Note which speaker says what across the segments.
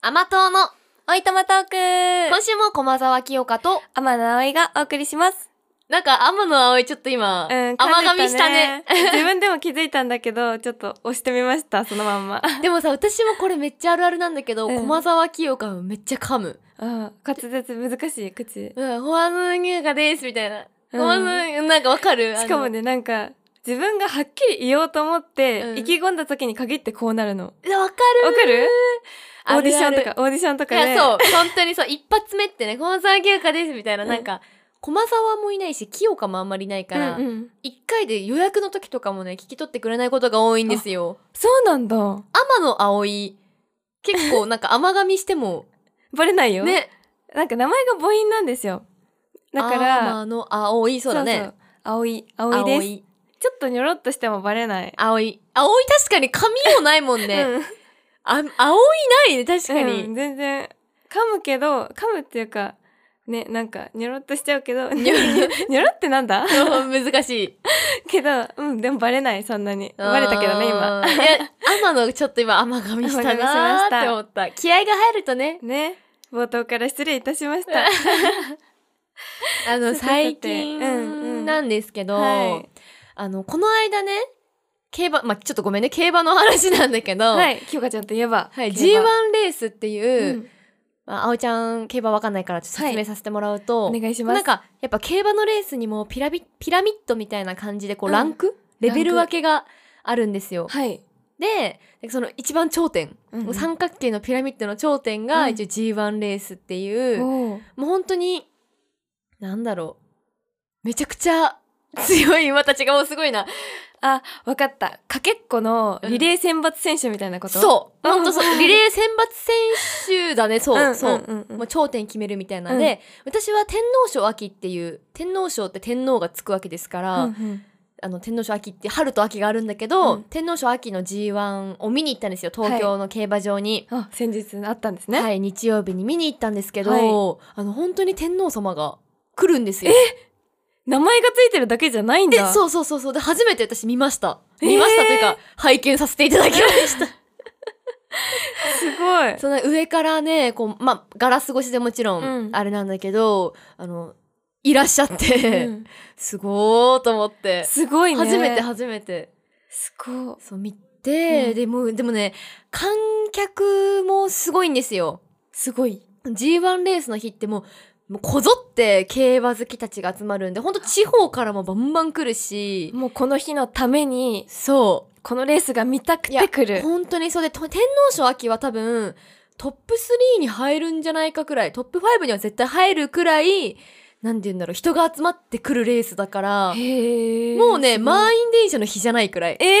Speaker 1: 甘党の
Speaker 2: おいとまトーク
Speaker 1: 今週も駒沢清香と
Speaker 2: 天野葵がお送りします。
Speaker 1: なんか天野葵ちょっと今、
Speaker 2: うん、
Speaker 1: 甘
Speaker 2: 噛ん
Speaker 1: 噛
Speaker 2: で
Speaker 1: みしたね
Speaker 2: 自分でも気づいたんだけど、ちょっと押してみました、そのま んま。
Speaker 1: でもさ私もこれめっちゃあるあるなんだけど、
Speaker 2: うん
Speaker 1: 駒沢清香めっちゃ噛む
Speaker 2: あ滑舌難しい口
Speaker 1: 「うんフォアの乳がです」みたいな「
Speaker 2: うん
Speaker 1: フォアのなんかわかる
Speaker 2: しかもねなんか自分がはっきり言おうと思って、
Speaker 1: うん
Speaker 2: 意気込んだ時に限ってこうなるのわ
Speaker 1: あのいやわかる
Speaker 2: かる
Speaker 1: ある
Speaker 2: オーディションとかオーディションとか
Speaker 1: い
Speaker 2: で
Speaker 1: やそう本当にそう一発目ってね「駒沢清香です」みたいな、
Speaker 2: うん
Speaker 1: なんか駒沢もいないし清香もあんまりいないから、
Speaker 2: うんうん
Speaker 1: 一回で予約の時とかもね聞き取ってくれないことが多いんですよ
Speaker 2: そうなんだ
Speaker 1: 天野葵結 構なんか甘噛みしても
Speaker 2: バレないよ、
Speaker 1: ね
Speaker 2: なんか名前が母音なんですよだか
Speaker 1: あ
Speaker 2: ら
Speaker 1: ーの葵そうだ
Speaker 2: そう
Speaker 1: ね
Speaker 2: そう葵葵です
Speaker 1: 葵
Speaker 2: ちょっとニョロっとしてもバレない、
Speaker 1: 葵葵確かに髪もないもんね、
Speaker 2: うん
Speaker 1: あ葵ないね確か
Speaker 2: う
Speaker 1: に
Speaker 2: ん、全然噛むけど噛むっていうかねなんかニョロっとしちゃうけど ニ
Speaker 1: ニョ
Speaker 2: ョロってなんだ
Speaker 1: 難しい
Speaker 2: けどうんでもバレないそんなに バレたけどね今
Speaker 1: うんいや天野ちょっと今甘噛みした
Speaker 2: 甘噛みしま
Speaker 1: なー
Speaker 2: し
Speaker 1: ったて思った気合が入るとね
Speaker 2: ね冒頭から失礼いたしま した。
Speaker 1: あの
Speaker 2: さてさて
Speaker 1: 最
Speaker 2: うんう
Speaker 1: 近
Speaker 2: ん
Speaker 1: なんですけど、
Speaker 2: はい
Speaker 1: あのこの間ね競馬まあちょっとごめんね競馬の話なんだけど、
Speaker 2: は
Speaker 1: はい
Speaker 2: い、きよかちゃんといえば、競
Speaker 1: G1
Speaker 2: 馬
Speaker 1: レースっていう、
Speaker 2: うん
Speaker 1: まあ、葵ちゃん競馬わかんないからちょっと説明させてもらうと、
Speaker 2: お願いします。
Speaker 1: なんかやっぱ競馬のレースにもピラビピラミッドみたいな感じでこう
Speaker 2: うん
Speaker 1: ランク、レベル
Speaker 2: ラン
Speaker 1: 分
Speaker 2: ク
Speaker 1: けがあるんですよ。
Speaker 2: はい、
Speaker 1: でその一番頂点、
Speaker 2: うんうん
Speaker 1: 三角形のピラミッドの頂点が
Speaker 2: うん
Speaker 1: 一応 G1 レースっていう、も
Speaker 2: おー
Speaker 1: う本当になんだろうめちゃくちゃ強い馬たちがもうすごいな
Speaker 2: あ、わかった。かけっこのリレー選抜選手みたいなこと。
Speaker 1: そう
Speaker 2: うん
Speaker 1: 本当そうリレー選抜選手だねそう、
Speaker 2: うん
Speaker 1: そう、
Speaker 2: うんうん
Speaker 1: もう頂点決めるみたいなので、私は天皇賞秋っていう天皇賞って天皇がつくわけですから、
Speaker 2: うんうん
Speaker 1: あの天皇賞秋って春と秋があるんだけど、
Speaker 2: うん
Speaker 1: 天皇賞秋の G1 を見に行ったんですよ東京の競馬場に、
Speaker 2: あ、先日あったんです
Speaker 1: はい
Speaker 2: ね。
Speaker 1: 日曜日に見に行ったんですけど、
Speaker 2: は
Speaker 1: あの本当に天皇様が来るんですよ。
Speaker 2: 名前がついてるだけじゃないん
Speaker 1: で
Speaker 2: だ。う。
Speaker 1: そうそうそうそうで初めて私見ました
Speaker 2: えー
Speaker 1: 見ましたというか、拝見させていただきました。
Speaker 2: すご い。
Speaker 1: その上からねこう、まあ、ガラス越しでもちろん、
Speaker 2: うん
Speaker 1: あれなんだけどあのいらっしゃって、
Speaker 2: うん
Speaker 1: すごーと思って、
Speaker 2: すごいね。
Speaker 1: 初めて初めて。
Speaker 2: すごい。
Speaker 1: そう見て、
Speaker 2: うん
Speaker 1: でもでもね観客もすごいんですよ
Speaker 2: すごい。
Speaker 1: G1 レースの日ってもうもうこぞって競馬好きたちが集まるんでほんと地方からもバンバン来るし
Speaker 2: もうこの日のために、
Speaker 1: そ
Speaker 2: このレースが見たく
Speaker 1: いや
Speaker 2: てく
Speaker 1: う
Speaker 2: る。
Speaker 1: 本当にそうでと天皇賞秋は多分トップ3に入るんじゃないかくらいトップ5には絶対入るくらいなんて言うんだろう人が集まってくるレースだから
Speaker 2: へー
Speaker 1: もうね
Speaker 2: すごい
Speaker 1: 満員電車の日じゃないくらい
Speaker 2: え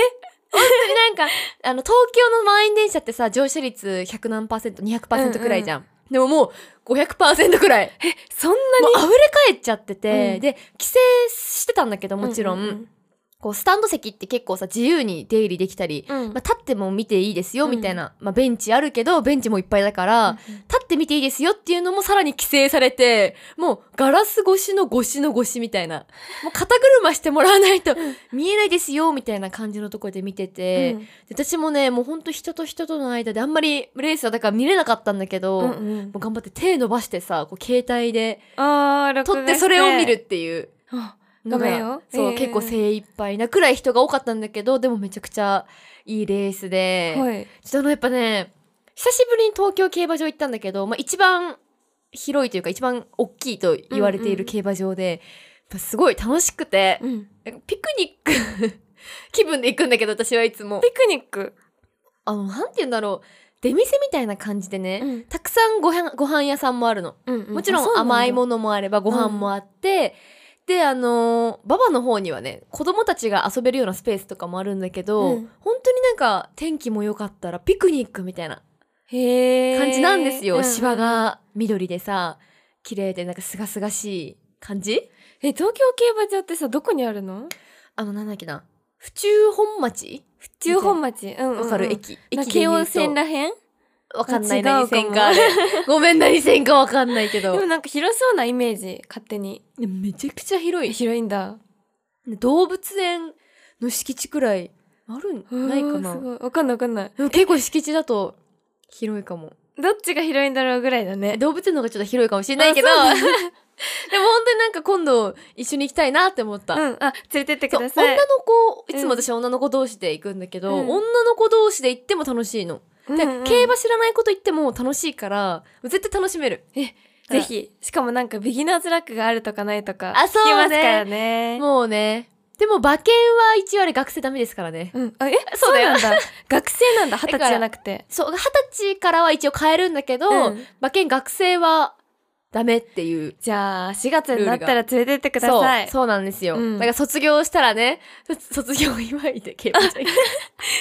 Speaker 1: なんか、 あの、東京の満員電車ってさ、乗車率100何パーセント、200%くらいじゃん。でももう500%くらい。
Speaker 2: そんな
Speaker 1: もう溢れ返っちゃってて、
Speaker 2: うん
Speaker 1: で、帰省してたんだけどもちろん、
Speaker 2: う
Speaker 1: こう、スタンド席って結構さ、自由に出入りできたり、
Speaker 2: うんうん
Speaker 1: まあ、立っても見ていいですよ、
Speaker 2: うん
Speaker 1: みたいな。まあ、ベンチあるけど、ベンチもいっぱいだから、立ってみていいですよっていうのもさらに規制されて、もうガラス越しの越しの越しみたいな。もう肩車してもらわないと見えないですよみたいな感じのところで見てて、
Speaker 2: うん
Speaker 1: で私もね、もうほんと人と人との間であんまりレースはだから見れなかったんだけど、
Speaker 2: うん
Speaker 1: も
Speaker 2: うん
Speaker 1: う頑張って手伸ばしてさ、こう携帯で
Speaker 2: あー録
Speaker 1: 撮っ
Speaker 2: 画して
Speaker 1: それを見るっていう
Speaker 2: あ
Speaker 1: のが。
Speaker 2: 画面を
Speaker 1: そう、
Speaker 2: えー
Speaker 1: 結構精一杯なくらい人が多かったんだけど、でもめちゃくちゃいいレースで。
Speaker 2: はい
Speaker 1: ちょっとあのやっぱね久しぶりに東京競馬場行ったんだけど、まあ、一番広いというか一番大きいと言われてい
Speaker 2: うんう
Speaker 1: る
Speaker 2: ん
Speaker 1: 競馬場で、やっぱすごい楽しくて、
Speaker 2: うん
Speaker 1: ピクニック 気分で行くんだけど私はいつも
Speaker 2: ピクニック
Speaker 1: あのなんて言うんだろう出店みたいな感じでね、
Speaker 2: うん
Speaker 1: たくさんごはんご飯屋さんもあるの、もちろん甘いも
Speaker 2: の
Speaker 1: のもあればご飯もあって、であのー馬場の方にはね子供たちが遊べるようなスペースとかもあるんだけど、
Speaker 2: うん
Speaker 1: 本当になんか天気も良かったらピクニックみたいな
Speaker 2: へー
Speaker 1: 感じなんですよ、
Speaker 2: うう
Speaker 1: 芝が緑でさ綺麗でなんか清々しい感じ
Speaker 2: え東京競馬場ってさどこにあるの
Speaker 1: あのなんだっけな府中本町府
Speaker 2: 中本町うんうんうん
Speaker 1: わかる駅
Speaker 2: な
Speaker 1: 駅で
Speaker 2: 京
Speaker 1: 言う
Speaker 2: 王
Speaker 1: と
Speaker 2: 線らへん
Speaker 1: わかんない
Speaker 2: 違うかも
Speaker 1: 何線かあれ ごめん何線かわかんないけ
Speaker 2: で
Speaker 1: ど
Speaker 2: もなんか広そうなイメージ勝手に
Speaker 1: めちゃくちゃ広い
Speaker 2: 広いんだ
Speaker 1: 動物園の敷地くらいあるんないか
Speaker 2: うわーす
Speaker 1: な
Speaker 2: ごいわかんないわかんない
Speaker 1: でも結構敷地だと広いかも
Speaker 2: どっちが広いんだろうぐらいだね。
Speaker 1: 動物園の方がちょっと広いかもしれないけど、
Speaker 2: あそう
Speaker 1: でも本当になんか今度一緒に行きたいなって思った。
Speaker 2: うん、あ、連れてって
Speaker 1: そう
Speaker 2: くだ
Speaker 1: 女
Speaker 2: さい。
Speaker 1: の子、いつも
Speaker 2: うん
Speaker 1: 私は女の子同士で行くんだけど、
Speaker 2: うん
Speaker 1: 女の子同士で行っても楽しいの。で
Speaker 2: うんうん
Speaker 1: 競馬知らないこと言っても楽しいから、絶対楽しめる。
Speaker 2: ぜひ。しかもなんかビギナーズラックがあるとかないとか。
Speaker 1: あそうね
Speaker 2: 聞きますからね。
Speaker 1: もうね。でも馬券は一応あれ学生ダメですからね。
Speaker 2: うん。あ、え、そう
Speaker 1: だよ
Speaker 2: なん だ。学生なんだ。二十歳じゃなくて。
Speaker 1: そう、二十歳からは一応買えるんだけど、
Speaker 2: うん
Speaker 1: 馬券学生はダメっていう。
Speaker 2: じゃあ、4月になったら連れてってください。
Speaker 1: そう、そうなんですよ。
Speaker 2: うん
Speaker 1: だから卒業したらね、卒卒業祝いで競 馬場行く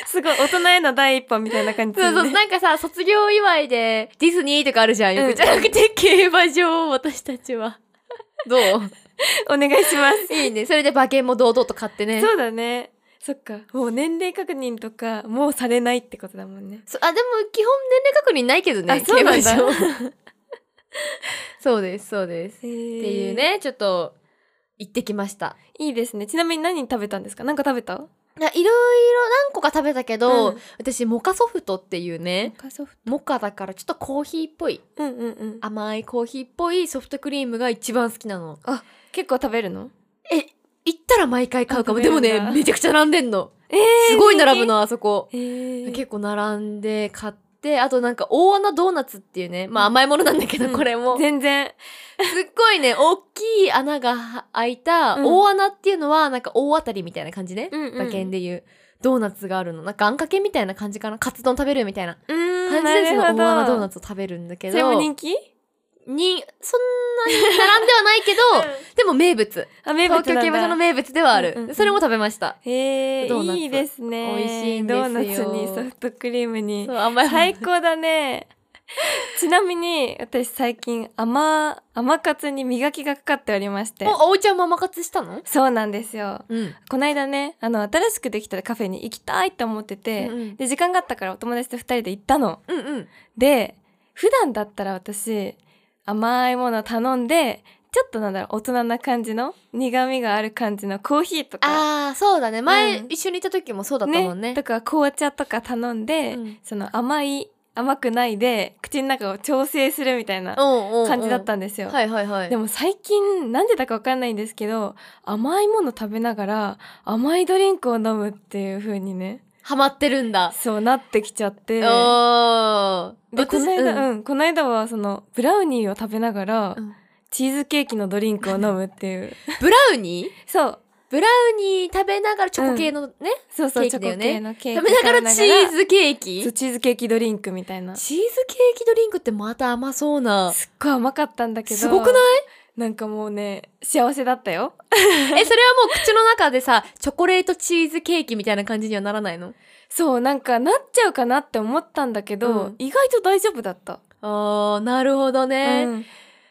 Speaker 2: すごい、大人への第一歩みたいな感じ
Speaker 1: そうそう、
Speaker 2: ね
Speaker 1: なんかさ、卒業祝いで、ディズニーとかあるじゃん。よ
Speaker 2: う
Speaker 1: く
Speaker 2: ん
Speaker 1: じゃなくて、競馬場、私たちは。どう
Speaker 2: お願いしま す。
Speaker 1: いいね。それで馬券も堂々と買ってね。
Speaker 2: そうだね。そっか。もう年齢確認とか、もうされないってことだもんね。
Speaker 1: そあ、でも、基本年齢確認ないけどね、
Speaker 2: あそうなんだ
Speaker 1: 競馬場。 そうです、そうです。
Speaker 2: って
Speaker 1: ってい。
Speaker 2: いう
Speaker 1: ね、ちょっと、行ってきました。
Speaker 2: いいですね。ちなみに何食べたんですかなんか食べた
Speaker 1: いろいろ何個か食べたけど、
Speaker 2: うん
Speaker 1: 私、モカソフトっていうね、
Speaker 2: カソフ
Speaker 1: モカだからちょっとコーヒーっぽい、
Speaker 2: ト。うんうんうん。あ、
Speaker 1: 甘いコーヒーっぽいソフトクリームが一番好きなの。
Speaker 2: 結構食べるの
Speaker 1: え、行ったら毎回買うかも。
Speaker 2: あ
Speaker 1: で
Speaker 2: 食
Speaker 1: も
Speaker 2: べるんだ
Speaker 1: ね、めちゃくちゃ並んでんの。
Speaker 2: えー
Speaker 1: すごい並ぶ。の、あそこ。
Speaker 2: えー、
Speaker 1: 結構並んで買って、あとなんか大穴ドーナツっていうね、まあ甘いものなんだけど、
Speaker 2: うん
Speaker 1: これも。すっ
Speaker 2: 全然。
Speaker 1: ごいね、大きい穴が開いた、
Speaker 2: うん
Speaker 1: 大穴っていうのはなんか大当たりみたいな感じね。
Speaker 2: うんうん
Speaker 1: 馬券でいう。ドーナツがあるの。なんかあんかけみたいな感じかな。カツ丼食べるみたいな
Speaker 2: うーん。
Speaker 1: 感じで、その大穴ドーナ
Speaker 2: ツ。
Speaker 1: ツを食べるんだけ
Speaker 2: そ
Speaker 1: ど。
Speaker 2: れも人気
Speaker 1: に、そんなに並んではないけど、 でも名物。
Speaker 2: あ、名物な
Speaker 1: 東
Speaker 2: ん
Speaker 1: 京
Speaker 2: だ
Speaker 1: 競馬場の名物ではある。
Speaker 2: うんうんうん
Speaker 1: それも食べました。
Speaker 2: へえ
Speaker 1: ドーナツ
Speaker 2: いいですね。
Speaker 1: 美味しいんですよ
Speaker 2: ドーナツにソフトクリームに
Speaker 1: そう。甘いもの
Speaker 2: 最高だね。ちなみに、私最近甘、甘カツに磨きがかかっておりまして。
Speaker 1: お、おうちゃんママ活したの
Speaker 2: そうなんですよ。
Speaker 1: うん。
Speaker 2: こないだね、あの、新しくできたカフェに行きたいって思ってて、
Speaker 1: うんうん
Speaker 2: で、時間があったからお友達と二人で行ったの。
Speaker 1: うんうん。
Speaker 2: で、普段だったら私、甘いもの頼んで、ちょっとなんだろう、大人な感じの、苦味がある感じのコーヒーとか、
Speaker 1: ああ、そうだね。前、
Speaker 2: うん
Speaker 1: 一緒にいた時もそうだったもんね。
Speaker 2: とか紅茶とか頼んで、
Speaker 1: うん
Speaker 2: その甘い甘くないで口の中を調整するみたいな
Speaker 1: うんうんうん
Speaker 2: 感じだったんですよ。
Speaker 1: はいはいはい。
Speaker 2: でも最近なんでだかわかんないんですけど甘いもの食べながら甘いドリンクを飲むっていう風にね
Speaker 1: ハマってるんだ。
Speaker 2: そうなってきちゃって
Speaker 1: おー。
Speaker 2: でこの間、
Speaker 1: うん
Speaker 2: うんこの間はそのブラウニーを食べながら、
Speaker 1: うん
Speaker 2: チーズケーキのドリンクを飲むっていう
Speaker 1: ブラウニー
Speaker 2: そう
Speaker 1: ブラウニー食べながらチョコ系のね、
Speaker 2: そうそう、
Speaker 1: ケー
Speaker 2: チ
Speaker 1: キだ
Speaker 2: ョ
Speaker 1: よ
Speaker 2: コ
Speaker 1: ね
Speaker 2: 系のケーキ
Speaker 1: 食べながらチーズケーキ
Speaker 2: そうチーズケーキドリンクみたいな
Speaker 1: チーズケーキドリンクってまた甘そうな。
Speaker 2: すっごい甘かったんだけど
Speaker 1: すごくない
Speaker 2: なんかもうね幸せだったよ
Speaker 1: え、それはもう口の中でさ、チョコレートチーズケーキみたいな感じにはならないの
Speaker 2: そうなんかなっちゃうかなって思ったんだけど、
Speaker 1: うん
Speaker 2: 意外と大丈夫だった、
Speaker 1: あー、なるほどね。
Speaker 2: うん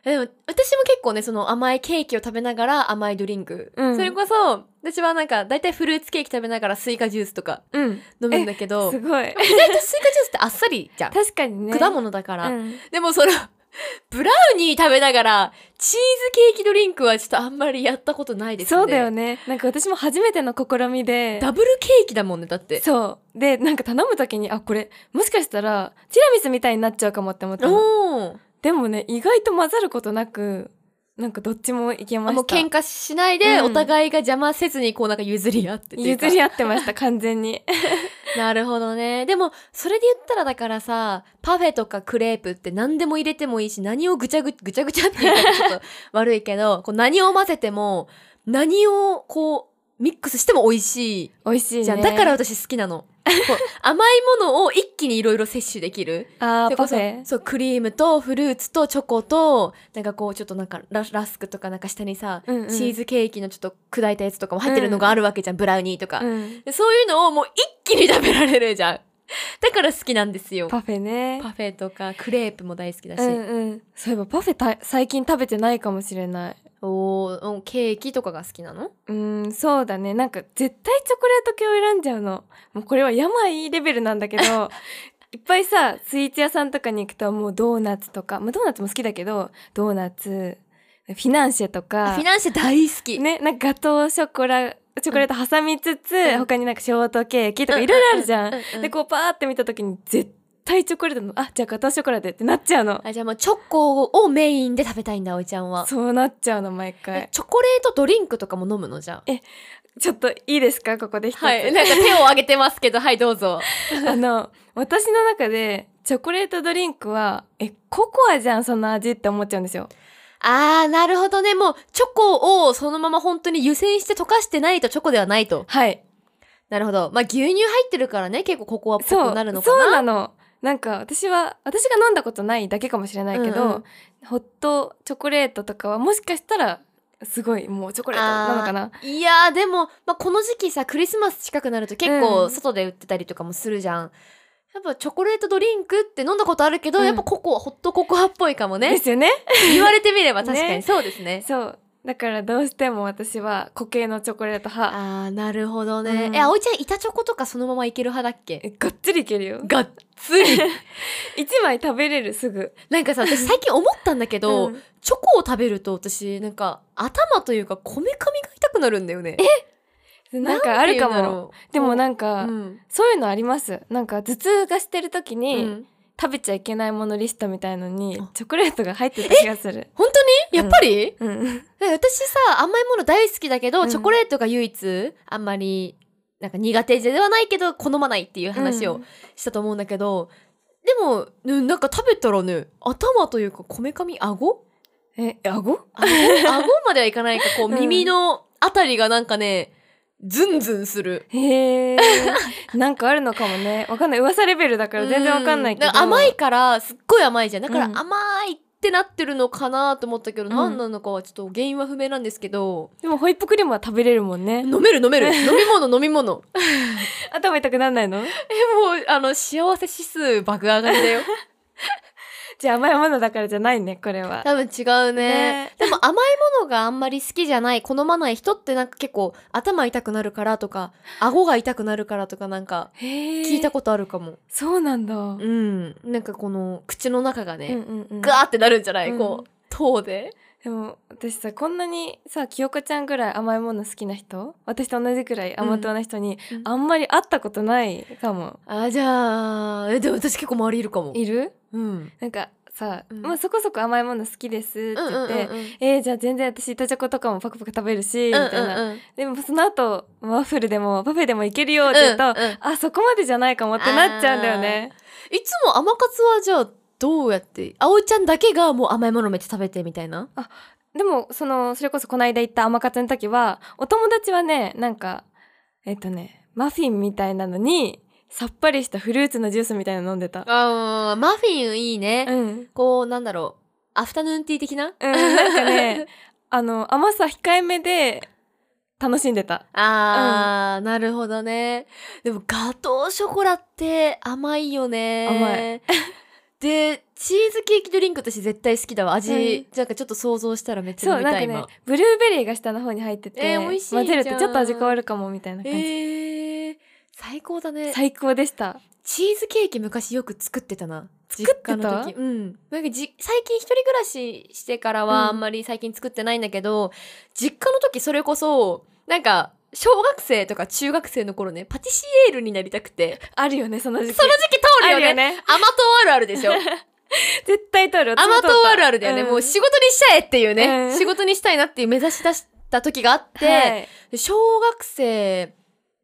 Speaker 1: でも私も結構ねその甘いケーキを食べながら甘いドリンク、
Speaker 2: うん
Speaker 1: それこそ私はなんか大体フルーツケーキ食べながらスイカジュースとか
Speaker 2: うん、
Speaker 1: 飲むんだけど
Speaker 2: す
Speaker 1: 意
Speaker 2: ごい
Speaker 1: 外とスイカジュースってあっさりじゃん、
Speaker 2: 確かにね
Speaker 1: 果物だから、
Speaker 2: うん
Speaker 1: でもその ブラウニー食べながらチーズケーキドリンクはちょっとあんまりやったことないですね
Speaker 2: そうだよねなんか私も初めての試みで
Speaker 1: ダブルケーキだもんねだって
Speaker 2: そうでなんか頼む時にあこれもしかしたらティラミスみたいになっちゃうかもって思ったの
Speaker 1: おー
Speaker 2: でもね意外と混ざることなくなんかどっちもいけ
Speaker 1: あ
Speaker 2: ました
Speaker 1: もう喧嘩しないで、
Speaker 2: うん
Speaker 1: お互いが邪魔せずにこうなんか譲り合ってっていうか
Speaker 2: 譲り合ってました完 全に
Speaker 1: なるほどね。でも、それで言ったらだからさ、パフェとかクレープって何でも入れてもいいし、何をぐちゃぐぐちゃぐちゃって言うとちょっと悪いけど、こう何を混ぜても、何をこう、ミックスしても美味しい
Speaker 2: 美味しいね
Speaker 1: じゃん。だから私好きなの。こ う甘いものを一気にいろいろ摂取できる。そ
Speaker 2: あー
Speaker 1: れこ
Speaker 2: パ
Speaker 1: そ
Speaker 2: フェ
Speaker 1: そう、クリームとフルーツとチョコと、なんかこう、ちょっとなんかララスクとかなんか下にさ、
Speaker 2: うんうん
Speaker 1: チーズケーキのちょっと砕いたやつとかも入ってるのがあるわけじゃん、ブラウニーとか。
Speaker 2: うん
Speaker 1: でそういうのをもう一気に食べられるじゃん。 だから好きなんですよ。
Speaker 2: パフェね
Speaker 1: パフェとかクレープも大好きだし。
Speaker 2: うんうん、そういえばパフェた最近食べてないかもしれない
Speaker 1: おーうんケーキとかが好きなの
Speaker 2: うんそうだねなんか絶対チョコレート系を選んじゃうのもうこれは病レベルなん だけどいっぱいさスイーツ屋さんとかに行くともうドーナツとか、まあ、ドーナツも好きだけどドーナツフィナンシェと
Speaker 1: あ
Speaker 2: か
Speaker 1: フィナンシェ大好き。
Speaker 2: ねなんかガトーショコラチョコレート挟みつつ、
Speaker 1: うん
Speaker 2: 他になんかショートケーキと
Speaker 1: う
Speaker 2: か
Speaker 1: ん
Speaker 2: いろいろあるじゃん、
Speaker 1: うんうんうん
Speaker 2: でこうパーって見た時に絶対チョコレートのあじゃあガトーショコラでってなっちゃうの
Speaker 1: あじゃあもうチョコをメインで食べたいんだおいちゃんは
Speaker 2: そうなっちゃうの毎
Speaker 1: え
Speaker 2: 回
Speaker 1: チョコレートドリンクとかも飲むのじゃあ
Speaker 2: ちょっといいですかここで一つ、
Speaker 1: なんか手を挙げてますけどはいどうぞ
Speaker 2: あの私の中でチョコレートドリンクはえココアじゃんその味って思っちゃうんですよ
Speaker 1: あーなるほどねもうチョコをそのまま本当に湯煎して溶かしてないとチョコではないと
Speaker 2: はい
Speaker 1: なるほどまあ牛乳入ってるからね結構ココアっぽ
Speaker 2: そう
Speaker 1: くなるのか
Speaker 2: そう
Speaker 1: な
Speaker 2: なのなんか私は私が飲んだことないだけかもしれないけど、
Speaker 1: うんうん
Speaker 2: ホットチョコレートとかはもしかしたらすごいもうチョコレートなのかない
Speaker 1: やーでも、まあ、この時期さクリスマス近くなると結
Speaker 2: う
Speaker 1: 構
Speaker 2: ん
Speaker 1: 外で売ってたりとかもするじゃん、やっぱチョコレートドリンクって飲んだことあるけど、
Speaker 2: うん
Speaker 1: やっぱココアホットココアっぽいかも
Speaker 2: で
Speaker 1: ね
Speaker 2: すよね
Speaker 1: 言われてみれば確かに
Speaker 2: ね
Speaker 1: そうですね
Speaker 2: そうだからどうしても私は固形のチョコレート派
Speaker 1: あーなるほどね、
Speaker 2: うん
Speaker 1: え葵ちゃん板チョコとかそのままいける派だっけ
Speaker 2: えがっつりいけるよ
Speaker 1: がっつり
Speaker 2: 一枚食べれるすぐ
Speaker 1: なんかさ私最近思ったんだけど、
Speaker 2: うん
Speaker 1: チョコを食べると私なんか頭というかこめかみが痛くなるんだよねえ
Speaker 2: なんかあるかもでも
Speaker 1: ん
Speaker 2: なんか、
Speaker 1: うん
Speaker 2: そういうのありますなんか頭痛がしてる時
Speaker 1: う
Speaker 2: に、
Speaker 1: ん
Speaker 2: 食べちゃいけないものリストみたいのに
Speaker 1: あ
Speaker 2: チョコレートが入ってた気がする
Speaker 1: 本当にやっぱり、
Speaker 2: うん
Speaker 1: で私さ甘いもの大好きだけど、
Speaker 2: うん
Speaker 1: チョコレートが唯一あんまりなんか苦手ではないけど好まないっていう話
Speaker 2: う
Speaker 1: を
Speaker 2: ん
Speaker 1: したと思うんだけど、でも、ね、なんか食べたらね頭というかこめかみ顎
Speaker 2: え顎
Speaker 1: 顎顎まではいかないかこう
Speaker 2: うん
Speaker 1: 耳のあたりがなんかねズンズンする。
Speaker 2: へえなんかあるのかもねわかんない噂レベルだから全然わかんないけど
Speaker 1: う甘いからすっごい甘いじゃんだから
Speaker 2: うん
Speaker 1: 甘いってなってるのかなと思ったけど、
Speaker 2: ん
Speaker 1: 何なのかはちょっと原因は不明なんですけど
Speaker 2: でもホイップクリームは食べれるもんね
Speaker 1: 飲める飲める 飲み物飲み物
Speaker 2: 頭痛くなんないの
Speaker 1: え、もう、あの、幸せ指数爆上がりだよ。
Speaker 2: じゃあ甘いものだからじゃないねこれは
Speaker 1: 多分違うね。
Speaker 2: ね
Speaker 1: でも甘いものがあんまり好きじゃない、好まない人ってなんか結構頭痛くなるからとか、顎が痛くなるからとかなんか聞
Speaker 2: 聞
Speaker 1: いたことあるかも。
Speaker 2: そうなんだ、うん
Speaker 1: うん。なんかこの口の中がね、
Speaker 2: んうん
Speaker 1: ガーってなるんじゃない、
Speaker 2: うん
Speaker 1: こう、糖で。
Speaker 2: でも私さこんなにさ清香ちゃんぐらい甘いもの好きな人私と同じくらい甘党な人に、
Speaker 1: うんうん
Speaker 2: あんまり会ったことないかも
Speaker 1: あ、じゃあ、え、でも私結構周りいるかも。
Speaker 2: いる
Speaker 1: うん。
Speaker 2: なんかさ、
Speaker 1: うん
Speaker 2: まあ、そこそこ甘いもの好きですって言って、
Speaker 1: うん
Speaker 2: えー、じゃあ全然私板チョコとかもパクパク食べるし、みたいな
Speaker 1: うん。
Speaker 2: でもその後ワッフルでもパフェでもいけるよって言うと、
Speaker 1: うんうん
Speaker 2: あそこまでじゃないかもってなっちゃうんだよね
Speaker 1: いつも甘活はじゃあ、どうやって、葵ちゃんだけがもう甘いものめっちゃ食べてみたいな。
Speaker 2: でもそのそれこそこの間行った甘かつの時はお友達はねなんかえっ、とねマフィンみたいなのにさっぱりしたフルーツのジュースみたいなの飲んでた
Speaker 1: あーマフィンいいね、
Speaker 2: うん、うん、
Speaker 1: こうなんだろうアフタヌーンティー的な、
Speaker 2: なん かねあの甘さ控えめで楽しんでた
Speaker 1: あー、なるほどねでもガトーショコラって甘いよね
Speaker 2: 甘
Speaker 1: いでチーズケーキドリンク私絶対好きだわ味、なんかちょっと想像したらめっちゃ
Speaker 2: そ
Speaker 1: 飲
Speaker 2: う
Speaker 1: み
Speaker 2: なん
Speaker 1: た
Speaker 2: か
Speaker 1: い
Speaker 2: ね
Speaker 1: 今、
Speaker 2: ブルーベリーが下の方に入ってて、
Speaker 1: えー美味しいじゃん
Speaker 2: 混ぜるとちょっと味変わるかもみたいな感じ、
Speaker 1: えー、最高だね
Speaker 2: 最高でした
Speaker 1: チーズケーキ昔よく作ってたな
Speaker 2: 作って
Speaker 1: 実
Speaker 2: た
Speaker 1: 家の時うんなんかじ最近一人暮らししてからは
Speaker 2: うん
Speaker 1: あんまり最近作ってないんだけど、実家の時それこそなんか小学生とか中学生の頃ねパティシエールになりたくて
Speaker 2: あるよねその
Speaker 1: その
Speaker 2: 時
Speaker 1: 時
Speaker 2: 期
Speaker 1: 期通るよ
Speaker 2: ある
Speaker 1: ね
Speaker 2: よね
Speaker 1: 甘党あるあるでし ょ
Speaker 2: 絶対通る
Speaker 1: 甘党あるあるだよね、もう
Speaker 2: っ
Speaker 1: 仕事にしちゃえっていうね、
Speaker 2: うん
Speaker 1: 仕事にしたいなっていう目指し出した時があって、で小学生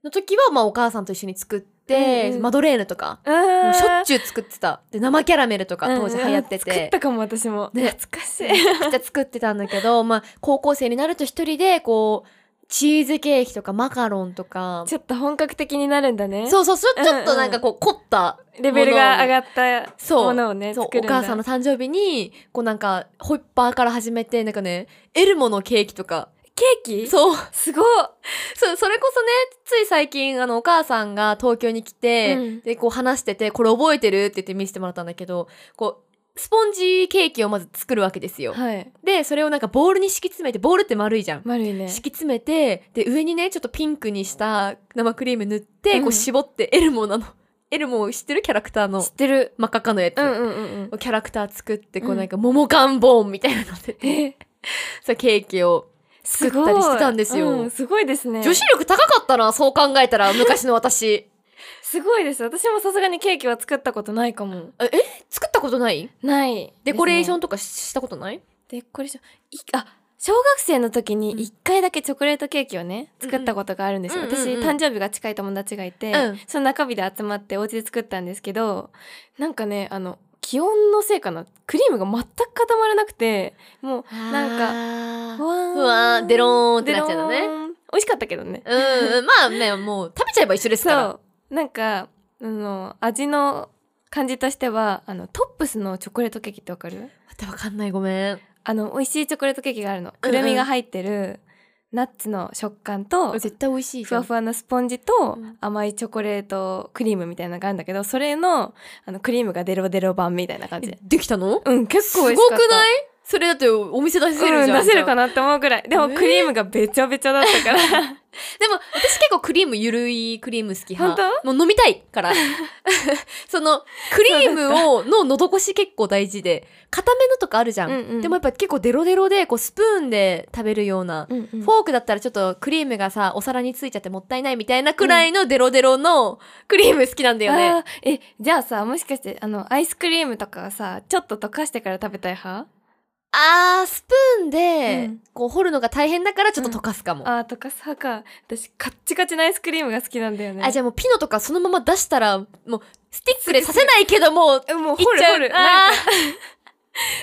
Speaker 1: の時はまあお母さんと一緒に作って、
Speaker 2: うんうん
Speaker 1: マドレーヌとかもうしょっちゅう作ってた。で、生キャラメルとか当時流行って。
Speaker 2: 作ってたかも私も、
Speaker 1: ね
Speaker 2: 懐かし
Speaker 1: め
Speaker 2: い
Speaker 1: ちゃくちゃ作ってたんだけど、 まあ、高校生になると一人で、こう、チーズケーキとかマカロンとか、
Speaker 2: ちょっと本格的になるんだね
Speaker 1: そうそう、そ
Speaker 2: うん
Speaker 1: ちょっとなんかこう、凝った、
Speaker 2: レベルが上がった
Speaker 1: そう
Speaker 2: ものをね
Speaker 1: そう、
Speaker 2: 作る
Speaker 1: お
Speaker 2: んだ
Speaker 1: 母さんの誕生日に、こうなんか、ホイッパーから始めて、なんかね、エルモのケーキとか、
Speaker 2: ケーキ
Speaker 1: そう、
Speaker 2: すごっ
Speaker 1: そう、それこそね、つい最近、あの、お母さんが東京に来て、
Speaker 2: うん
Speaker 1: で、こう話してて、これ覚えてるって言って見せてもらったんだけど、こう、スポンジケーキをまず作るわけですよ。
Speaker 2: はい
Speaker 1: で、それをなんかボールに敷き詰めて、ボールって丸いじゃん。
Speaker 2: 丸いね
Speaker 1: 敷き詰めて、で、上にね、ちょっとピンクにした生クリーム塗って、
Speaker 2: うん
Speaker 1: こう絞って、エルモなの。エルモ知ってるキャラクターの
Speaker 2: 知っ。てる
Speaker 1: 真っ赤っかのやつ。
Speaker 2: うんうんうん
Speaker 1: キャラクター作って、こ
Speaker 2: う
Speaker 1: うんなんか、桃缶ボーンみたいなので、
Speaker 2: うんえ
Speaker 1: そうケーキを。
Speaker 2: す
Speaker 1: 作
Speaker 2: ご
Speaker 1: っ
Speaker 2: い
Speaker 1: たりしてたんですよ
Speaker 2: うんすごいですね
Speaker 1: 女子力高かったな、そう考えたら、昔の私。
Speaker 2: すごいです私もさすがにケーキは作ったことないかも
Speaker 1: え作ったことない
Speaker 2: ない
Speaker 1: デコレーショ
Speaker 2: ン
Speaker 1: ンとかししたことない
Speaker 2: デコレーションいあ小学生の時に
Speaker 1: うん
Speaker 2: 一回だけチョコレートケーキをね、作ったことがあるんですよ、
Speaker 1: うんうんうん
Speaker 2: 私
Speaker 1: うん
Speaker 2: 誕生日が近い友達がいて、
Speaker 1: うん
Speaker 2: その中日で集まってお家で作ったんですけどなんかねあの気温のせいかなクリームが全く固まらなくてもうなんか
Speaker 1: なん
Speaker 2: ふ
Speaker 1: か、
Speaker 2: わーん
Speaker 1: うわー、デローンってなっちゃうの
Speaker 2: デ
Speaker 1: ね
Speaker 2: ロ。ーン美味しかったけどね
Speaker 1: うん、まあね、もう食べちゃえば一緒ですか
Speaker 2: そ
Speaker 1: ら。
Speaker 2: うなんかあの味の感じとしてはあのトップスのチョコレートケーキってわかる
Speaker 1: 待ってわかんない、ごめん。
Speaker 2: あの美味しいチョコレートケーキがあるの
Speaker 1: うんう
Speaker 2: く
Speaker 1: ん
Speaker 2: るみが入ってるナッツの食感と
Speaker 1: 絶対美味しいじ
Speaker 2: ふ
Speaker 1: ゃ
Speaker 2: わ
Speaker 1: ん。
Speaker 2: ふわのスポンジと
Speaker 1: うん
Speaker 2: 甘いチョコレートクリームみたいなのがあるんだけどそれのあのクリームがデロデロ版みたいな感じ
Speaker 1: えできたの
Speaker 2: うん結
Speaker 1: す
Speaker 2: 構
Speaker 1: ご
Speaker 2: 美
Speaker 1: く
Speaker 2: 味しかった
Speaker 1: ない
Speaker 2: い
Speaker 1: それだってお店出せるじゃん。
Speaker 2: うん、出せるかなって思うぐらいでも
Speaker 1: えー
Speaker 2: クリームがべちょべちょだったから
Speaker 1: でも、私結構クリーム、ゆるいクリーム好き派。
Speaker 2: 本
Speaker 1: もう飲みたい から。その、クリームを、の喉越し結構大事で、固めのとかあるじゃん。
Speaker 2: うんうん
Speaker 1: でもやっぱ結構デロデロで、こうスプーンで食べるような、
Speaker 2: うんうん
Speaker 1: フォークだったらちょっとクリームがさ、お皿についちゃってもったいないみたいなくらいのデロデロのクリーム好きなんだよね。
Speaker 2: あーえじゃあさもしかしてあのアイスクリームとかさちょっと溶かしてから食べたい派
Speaker 1: あー、スプーンで、
Speaker 2: うん
Speaker 1: こう掘るのが大変だからちょっと溶かすかも。あ
Speaker 2: あー溶かす派か私カッチカチのアイスクリームが好きなんだよね
Speaker 1: じゃあもうピノとかそのまま出したら、もうスティックでさせないけども、
Speaker 2: えもう
Speaker 1: いっ
Speaker 2: 掘る
Speaker 1: ちゃう
Speaker 2: 掘る
Speaker 1: あ
Speaker 2: なんか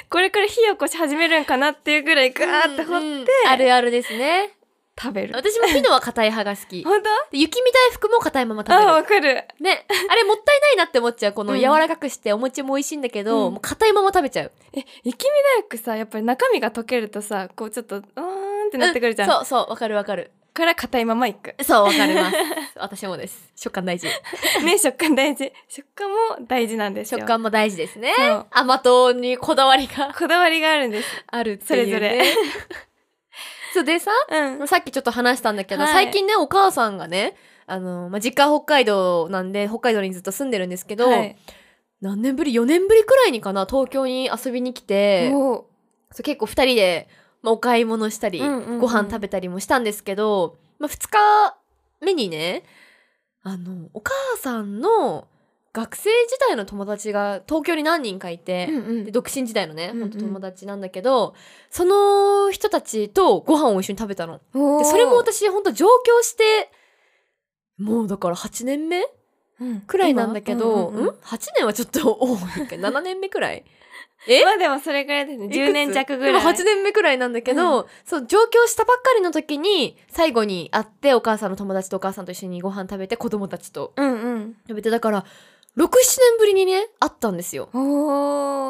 Speaker 2: これから火起こし始めるんかなっていうぐらいガーって掘っ
Speaker 1: う
Speaker 2: て
Speaker 1: んうんあるあるですね。
Speaker 2: 食べる
Speaker 1: 私もピノは硬い派が好 き。
Speaker 2: 本当
Speaker 1: で雪見大福も硬いまま食べ
Speaker 2: あー
Speaker 1: る。
Speaker 2: わかる
Speaker 1: ね。あれもったいないなって思っちゃう。この
Speaker 2: うん
Speaker 1: 柔らかくしてお餅も美味しいんだけど、
Speaker 2: うん
Speaker 1: もう硬いまま食べちゃう。
Speaker 2: え雪見大福さやっぱり中身が溶けるとさこうちょっとうーんってなってくるじゃん、
Speaker 1: そうそう、わかるわかる。
Speaker 2: から硬いままいく
Speaker 1: そう、わかります。私もです。食感 大事。
Speaker 2: ね食感大事食感も大事なんですよ
Speaker 1: 食感も大事ですね
Speaker 2: そう。
Speaker 1: 甘党にこだわりが
Speaker 2: こだわりがあるんです
Speaker 1: あるって
Speaker 2: そ
Speaker 1: い
Speaker 2: れ
Speaker 1: う、ね。
Speaker 2: ぞれ。
Speaker 1: そうでさ、
Speaker 2: うん
Speaker 1: さっきちょっと話したんだけど、
Speaker 2: はい
Speaker 1: 最近ね、お母さんがね、あの、まあ、実家は北海道なんで、北海道にずっと住んでるんですけど、
Speaker 2: はい
Speaker 1: 何年ぶり ?4 年ぶりくらいにかな、東京に遊びに来て、
Speaker 2: もう
Speaker 1: そう結構2人で、まあ、お買い物したり、
Speaker 2: うんうんうん
Speaker 1: ご飯食べたりもしたんですけど、まあ、2日目にねあのお母さんの学生時代の友達が東京に何人かいて、
Speaker 2: うんうん
Speaker 1: で独身時代のね、
Speaker 2: うん
Speaker 1: ほ
Speaker 2: うん
Speaker 1: んと友達なんだけどその人たちとご飯を一緒に食べたの。
Speaker 2: おー
Speaker 1: でそれも、私ほんと上京してもうだから8年目くらいなんだけど、
Speaker 2: 今うんうんうん
Speaker 1: ん ?8 年はちょっと 多いか7年目くらいえ
Speaker 2: まあでもそれぐらいですね
Speaker 1: いくつ
Speaker 2: 10年弱ぐらい
Speaker 1: 今8年目くらいなんだけど、そう上京したばっかりの時に最後に会ってお母さんの友達とお母さんと一緒にご飯食べて子供たちと
Speaker 2: うん
Speaker 1: 食べてだから67年ぶりにね会ったんですよ。
Speaker 2: うんお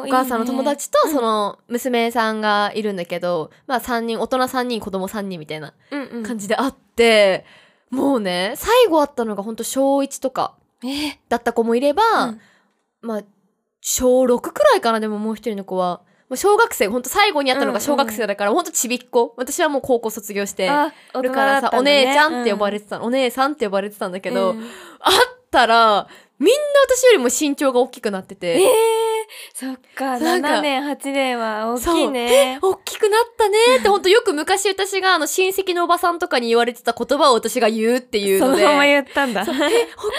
Speaker 1: お
Speaker 2: お
Speaker 1: 母さんの友達と
Speaker 2: いいね
Speaker 1: その娘さんがいるんだけど、まあ3人大人3人子供3人みたいな感
Speaker 2: 感
Speaker 1: じで会って、もうね最後会ったのが本当小1とか
Speaker 2: えー
Speaker 1: だった子もいれば、
Speaker 2: うん
Speaker 1: まあ、小6くらいかな、でももう一人の子は。もう小学生、ほんと最後にやったのが小学生だから、ほんとちびっこ。私はもう高校卒業して
Speaker 2: あ大
Speaker 1: る
Speaker 2: 人
Speaker 1: か
Speaker 2: だ
Speaker 1: ら
Speaker 2: っ
Speaker 1: さ、
Speaker 2: た
Speaker 1: お
Speaker 2: んだね
Speaker 1: 姉ちゃんって呼ばれてたの、お姉さんって呼ばれてたんだけど、
Speaker 2: うん
Speaker 1: 会ったら、みんな私よりも身長が大きくなって
Speaker 2: えー
Speaker 1: て、
Speaker 2: そっか
Speaker 1: なんか
Speaker 2: 7年8年は大きいね
Speaker 1: 大きくなったね って、ほんとよく昔私があの親戚のおばさんとかに言われてた言葉を私が言うっていう
Speaker 2: そ
Speaker 1: の
Speaker 2: の
Speaker 1: で。
Speaker 2: まま言ったんだ
Speaker 1: え、大きくなったね、何々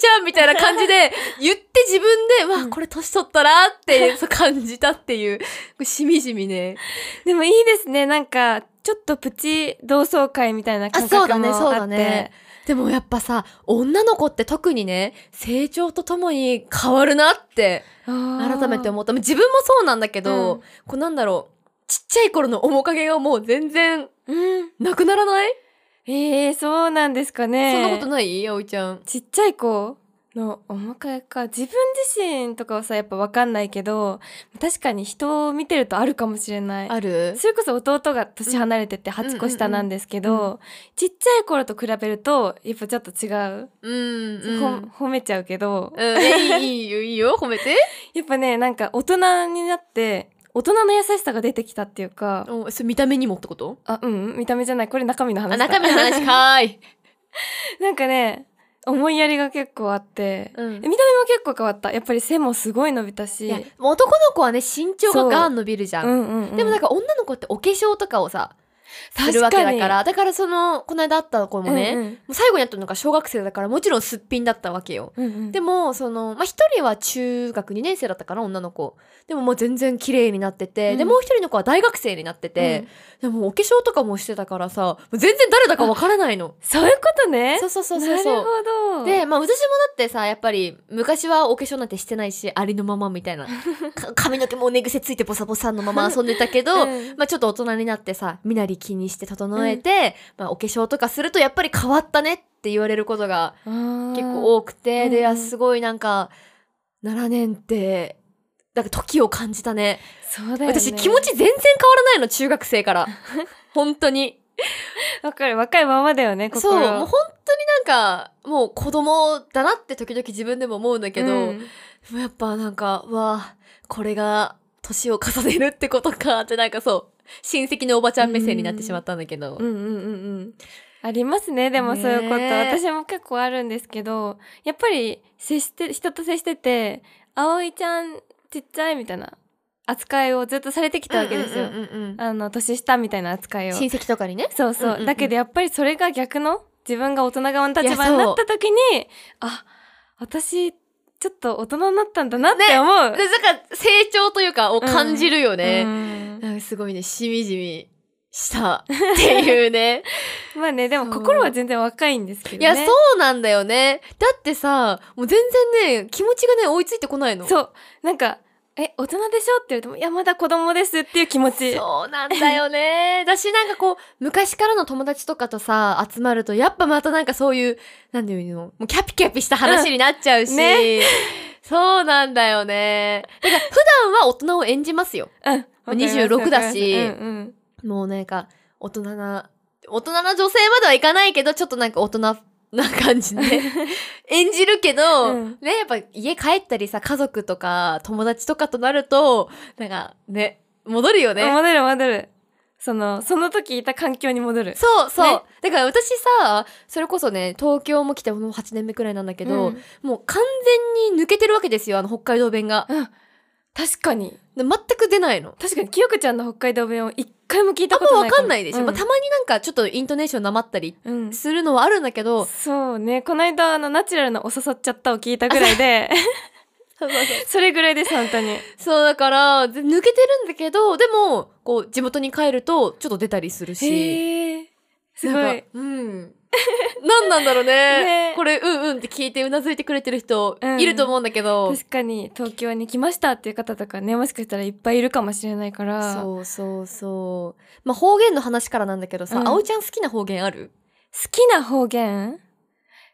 Speaker 1: ちゃんみたいな感じで、言って自分で、わあ、これ年取ったなって、 そう感じたっていう、これしみじみね。
Speaker 2: でもいいですねなんかちょっとプチ同窓会みたいな感
Speaker 1: あそう
Speaker 2: 覚
Speaker 1: だ
Speaker 2: も
Speaker 1: ねそう
Speaker 2: あ
Speaker 1: だ
Speaker 2: っ
Speaker 1: ね
Speaker 2: て
Speaker 1: でもやっぱさ、女の子って特にね、成長とともに変わるなって、改
Speaker 2: 改
Speaker 1: めて思った。自分もそうなんだけど、
Speaker 2: うん
Speaker 1: こうなんだろう、ちっちゃい頃の面影がもう全然
Speaker 2: うん
Speaker 1: なくならない、
Speaker 2: えーそうなんですかね
Speaker 1: そんなことない葵ちゃん。
Speaker 2: ちっちゃい子の面影か自分自身とかはさやっぱ分かんないけど確かに人を見てるとあるかもしれない
Speaker 1: ある
Speaker 2: それこそ弟が年離れてて8個下なんですけど、
Speaker 1: うんうんうん
Speaker 2: ちっちゃい頃と比べるとやっぱちょっと違う、
Speaker 1: うん、うん。
Speaker 2: ほ褒めちゃうけど、
Speaker 1: うん えいいいいよ、いいよ、褒めて。
Speaker 2: やっぱねなんか大人になって大人の優しさが出てきたっていうか、
Speaker 1: おそれ見た目にもってこと
Speaker 2: あうん見た目じゃないこれ中身の
Speaker 1: あ、
Speaker 2: 話だ
Speaker 1: 中身の話かーい。
Speaker 2: なんかね思いやりが結構あって、
Speaker 1: うん
Speaker 2: 見た目も結構変わったやっぱり背もすごい伸びたし
Speaker 1: いや、もう男の子はね、身長がガーン伸びるじゃ。
Speaker 2: うんんうんうん
Speaker 1: でもなんか女の子ってお化粧とかをさ、するわけだからだからそのこの間会った子もね、もう最後に会ったのが小学生だからもちろんすっぴんだったわけよ
Speaker 2: うんうん
Speaker 1: でもそのまあ、1人は中学2年生だったかな女の子でももう全然綺麗になってて、
Speaker 2: うん
Speaker 1: でもう1人の子は大学生になってて、でもお化粧とかもしてたからさもう全然誰だかわからないの
Speaker 2: そういうことね
Speaker 1: そうそうそうそう
Speaker 2: な
Speaker 1: そ
Speaker 2: る
Speaker 1: う
Speaker 2: ほど
Speaker 1: で、まあ、私もだってさやっぱり昔はお化粧なんてしてないしありのままみたい なか髪の毛も寝癖ついてボサボサのまま遊んでたけど、
Speaker 2: うん
Speaker 1: まあ、ちょっと大人になってさ身なり気にして整えて、まあ、お化粧とかするとやっぱり変わったねって言われることが
Speaker 2: あー
Speaker 1: 結構多くて、でい
Speaker 2: うん
Speaker 1: や
Speaker 2: うん
Speaker 1: すごいなんか7年ってなんか時を感じたね
Speaker 2: そうだよね
Speaker 1: 私気持ち全然変わらないの中学生から 本当に
Speaker 2: わかる若いままだよね
Speaker 1: そう
Speaker 2: 心
Speaker 1: もう本当になんかもう子供だなって時々自分でも思うんだけど、
Speaker 2: うん
Speaker 1: でもやっぱなんかうわあこれが年を重ねるってことかってなんかそう親戚のおばちゃん目線になってしまったんだけど、
Speaker 2: うんうんうんうんありますねでも
Speaker 1: ねえ
Speaker 2: そういうこと、私も結構あるんですけどやっぱり接して人と接してて葵ちゃんちっちゃいみたいな扱いをずっとされてきたわけですよ、
Speaker 1: うんうんうんうん
Speaker 2: あの年下みたいな扱いを
Speaker 1: 親戚とかにね
Speaker 2: そうそう,、
Speaker 1: うんうんうん
Speaker 2: だけどやっぱりそれが逆の自分が大人側の立場になった時にあ私ちょっと大人になったんだなって思う、
Speaker 1: でなんか成長というかを感じるよね、
Speaker 2: うん
Speaker 1: なんかすごいね、しみじみしたっていう ね。
Speaker 2: まあねでも
Speaker 1: そう
Speaker 2: 心は全然若いんですけど
Speaker 1: い
Speaker 2: ね
Speaker 1: や、そうなんだよね。だってさ、もう全然ね、気持ちがね、追いついてこないの。う。
Speaker 2: そう。なんか、え、大人でしょって言われても、いや、まだ子供ですっていう気持ち。
Speaker 1: そうなんだよ ね。だし、なんかこう、昔からの友達とかとさ、集まると、やっぱまたなんかそういう、なんていうの、もうキャピキャピした話になっちゃうし。
Speaker 2: うんね
Speaker 1: そうなんだよね。だから、普段は大人を演じますよ。
Speaker 2: うん。わかります
Speaker 1: 26だし
Speaker 2: わかりますうんうん。
Speaker 1: もうなんか、大人な、大人な女性まではいかないけど、ちょっとなんか大人な感じ ね。演じるけど、
Speaker 2: うん
Speaker 1: ね、やっぱ家帰ったりさ、家族とか友達とかとなると、なんかね、戻るよね。
Speaker 2: 戻る戻る。その、その時いた環境に戻る。
Speaker 1: そうそう、
Speaker 2: ね
Speaker 1: だから私さ、それこそね、東京も来てもう8年目くらいなんだけど、
Speaker 2: うん
Speaker 1: もう完全に抜けてるわけですよ、あの北海道弁が。
Speaker 2: 確かに。
Speaker 1: で全く出ないの。
Speaker 2: 確かに、清子ちゃんの北海道弁を一回も聞いた
Speaker 1: あん
Speaker 2: こ
Speaker 1: ま
Speaker 2: とな
Speaker 1: わ
Speaker 2: い
Speaker 1: かんないでしょ、
Speaker 2: うん
Speaker 1: まあたまになんかちょっとイントネーションなまったり
Speaker 2: うん。
Speaker 1: するのはあるんだけど、
Speaker 2: そうね。この間、あの、ナチュラルのお誘っちゃったを聞いたぐら いで、それぐらいです、本当に。
Speaker 1: そうだからぜ抜けてるんだけどでもこう地元に帰るとちょっと出たりするし
Speaker 2: へえ。すご
Speaker 1: なん
Speaker 2: い
Speaker 1: か。うん何なんだろうね
Speaker 2: ね
Speaker 1: これうんうんって聞いてうなずいてくれてる人
Speaker 2: うん
Speaker 1: いると思うんだけど、
Speaker 2: 確かに、東京に来ましたっていう方とかね、もしかしたらいっぱいいるかもしれないから。
Speaker 1: そうそうそうまあ方言の話からなんだけどさ、
Speaker 2: うん
Speaker 1: 葵ちゃん好きな方言ある
Speaker 2: 好きな方言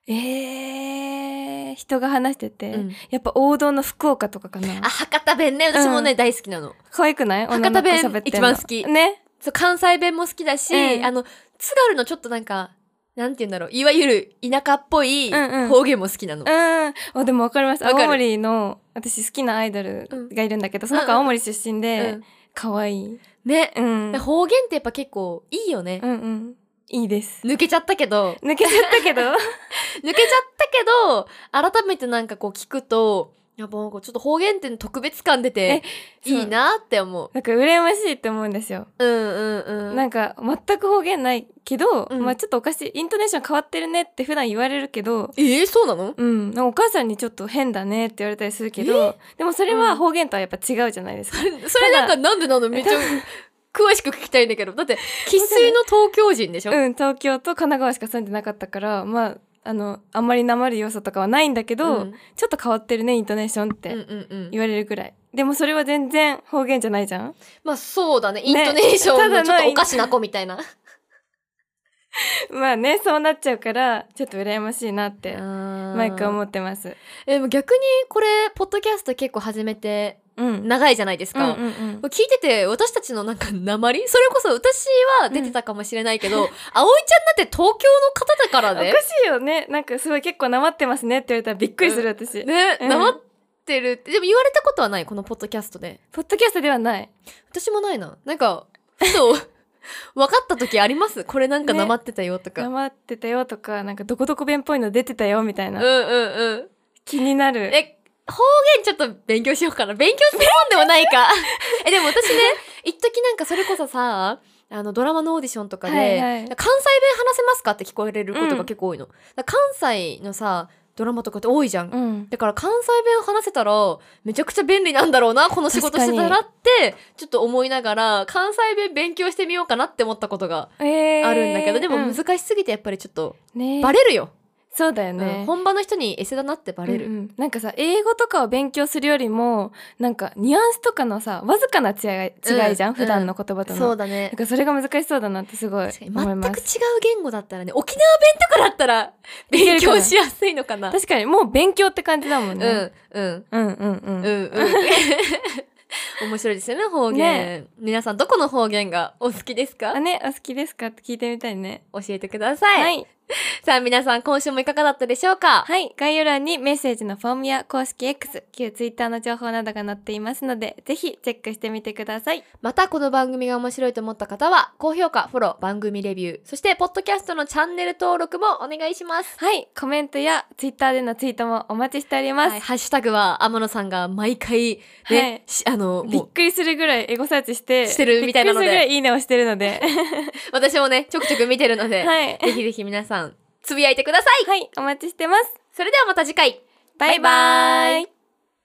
Speaker 2: えー、人が話してて、
Speaker 1: うん
Speaker 2: やっぱ王道の福岡とかかな
Speaker 1: あ博多弁ね私もね、
Speaker 2: う
Speaker 1: 大好きなの
Speaker 2: 可愛くない
Speaker 1: 博多弁
Speaker 2: 女の子喋ってんの
Speaker 1: 一番好き
Speaker 2: ね
Speaker 1: そう関西弁も好きだし、
Speaker 2: うん
Speaker 1: あの津軽のちょっとなんかなんて言うんだろういわゆる田舎っぽい
Speaker 2: うんうん
Speaker 1: 方言も好きなの、
Speaker 2: うんあでも分かります
Speaker 1: わかる
Speaker 2: 青森の私好きなアイドルがいるんだけど、その
Speaker 1: うんう
Speaker 2: 子
Speaker 1: ん
Speaker 2: 青森出身
Speaker 1: う
Speaker 2: で
Speaker 1: ん
Speaker 2: 可愛、いい、
Speaker 1: ね
Speaker 2: うん、うん
Speaker 1: 方言ってやっぱ結構いいよね
Speaker 2: う。んいいです
Speaker 1: 抜けちゃったけど、
Speaker 2: 抜けちゃっ たけど
Speaker 1: 抜けちゃったけど、改めてなんかこう聞くと、やっぱなんかちょっと方言って特別感出て、
Speaker 2: えそう
Speaker 1: いいなって思う。
Speaker 2: なんか羨ましいって思うんですよ、
Speaker 1: うんうんうん。
Speaker 2: なんか全く方言ないけど、
Speaker 1: うん
Speaker 2: まあちょっとおかしいイントネーション変わってるねって普段言われるけど、
Speaker 1: えー、そうなの
Speaker 2: うん、なんかお母さんにちょっと変だねって言われたりするけどでもそれ
Speaker 1: う
Speaker 2: は
Speaker 1: ん
Speaker 2: 方言とはやっぱ違うじゃないですか。
Speaker 1: それそれなんかなんでなのめっちゃ詳しく聞きたいんだけど。だって、生粋の東京人でしょ、
Speaker 2: うん、東京と神奈川しか住んでなかったからまああのあんまりなまる要素とかはないんだけど、
Speaker 1: うん
Speaker 2: ちょっと変わってるねイントネーションっ
Speaker 1: うん
Speaker 2: て
Speaker 1: うんうん。
Speaker 2: 言われるぐらい。でもそれは全然方言じゃないじゃん
Speaker 1: まあそうだね。イントネーション
Speaker 2: ただ
Speaker 1: が
Speaker 2: の
Speaker 1: ちょっとおかしな子みたいな。
Speaker 2: まあねそうなっちゃうからちょっと羨ましいなって毎回思ってます。
Speaker 1: えでも逆にこれ、ポッドキャスト結構始めて
Speaker 2: うん、
Speaker 1: 長いじゃないです
Speaker 2: うん
Speaker 1: か。
Speaker 2: うんうん
Speaker 1: 聞いてて私たちのなんか鉛それこそ私は出てたかもしれないけ ど、葵ちゃんだって東京の方だから
Speaker 2: おかし
Speaker 1: ね。
Speaker 2: いよねなんかすごい結構なまってますねって言われたらびっくりする私、
Speaker 1: ね、
Speaker 2: うん
Speaker 1: 鉛ってるって。でも言われたことはないこのポッドキャストで。
Speaker 2: ポッドキャストではない
Speaker 1: 私もないな。なんか、ふと、 分かった時ありますこれなんか鉛ってたよとか。
Speaker 2: 黙ってたよとかなんかどこどこ弁っぽいの出てたよみたい
Speaker 1: うん
Speaker 2: な、
Speaker 1: うんうん。
Speaker 2: 気になる
Speaker 1: え、方言ちょっと勉 強しようかな。勉強するもんでもないか。え、でも私ね、一時なんかそれこそさ、ああのドラマのオーディションとかで、
Speaker 2: はいはい
Speaker 1: 関西弁話せますかって聞こえれることが結構多いの。だから関西のさドラマとかって多いじゃん。
Speaker 2: うん
Speaker 1: だから関西弁話せたらめちゃくちゃ便利なんだろうなこの仕事してたらってちょっと思いながら関西弁勉強してみようかなって思ったことが
Speaker 2: えー
Speaker 1: あるんだけど、でも
Speaker 2: うん
Speaker 1: 難しすぎてやっぱりちょっと
Speaker 2: ね
Speaker 1: バレるよ、
Speaker 2: そうだよ
Speaker 1: う
Speaker 2: ね
Speaker 1: ん、本場の人にエセだなってバレる、
Speaker 2: うんうんなんかさ英語とかを勉強するよりもなんかニュアンスとかのさわずかな違い違いじゃん、
Speaker 1: うん
Speaker 2: 普段の言葉との、
Speaker 1: だね
Speaker 2: なんかそれが難しそうだなってすごい
Speaker 1: 確かに
Speaker 2: 思いま
Speaker 1: 全
Speaker 2: す
Speaker 1: く違う言語だったらね沖縄弁とかだった ら勉強しやすいのかな
Speaker 2: 確かにもう勉強って感じだもんね、
Speaker 1: うんうん
Speaker 2: うんうんう
Speaker 1: う
Speaker 2: ん
Speaker 1: ん うん面白いですよね方言皆さんどこの方言がお好きですか
Speaker 2: あねお好きですかって聞いてみたいね
Speaker 1: 教えてください、
Speaker 2: はい、
Speaker 1: さあ皆さん今週もいかがだったでしょうか
Speaker 2: はい概要欄にメッセージのフォームや公式 X 旧 Twitter の情報などが載っていますのでぜひチェックしてみてください
Speaker 1: またこの番組が面白いと思った方は高評価フォロー番組レビューそしてポッドキャストのチャンネル登録もお願いします
Speaker 2: はいコメントや Twitter でのツイートもお待ちしております、
Speaker 1: はい、ハッシュタグは天野さんが毎回ね、
Speaker 2: はい
Speaker 1: しあの
Speaker 2: び
Speaker 1: も
Speaker 2: っ
Speaker 1: う
Speaker 2: くりするぐらいエゴサーチして
Speaker 1: してるみたいなので
Speaker 2: びっくりするぐらいいいねをしてるの で
Speaker 1: 私もねちょくちょく見てるので、
Speaker 2: はい、
Speaker 1: ぜひぜひ皆さんつぶやいてください
Speaker 2: はい、お待ちしてます
Speaker 1: それではまた次回
Speaker 2: バイバ
Speaker 1: バイバ
Speaker 2: イ
Speaker 1: イ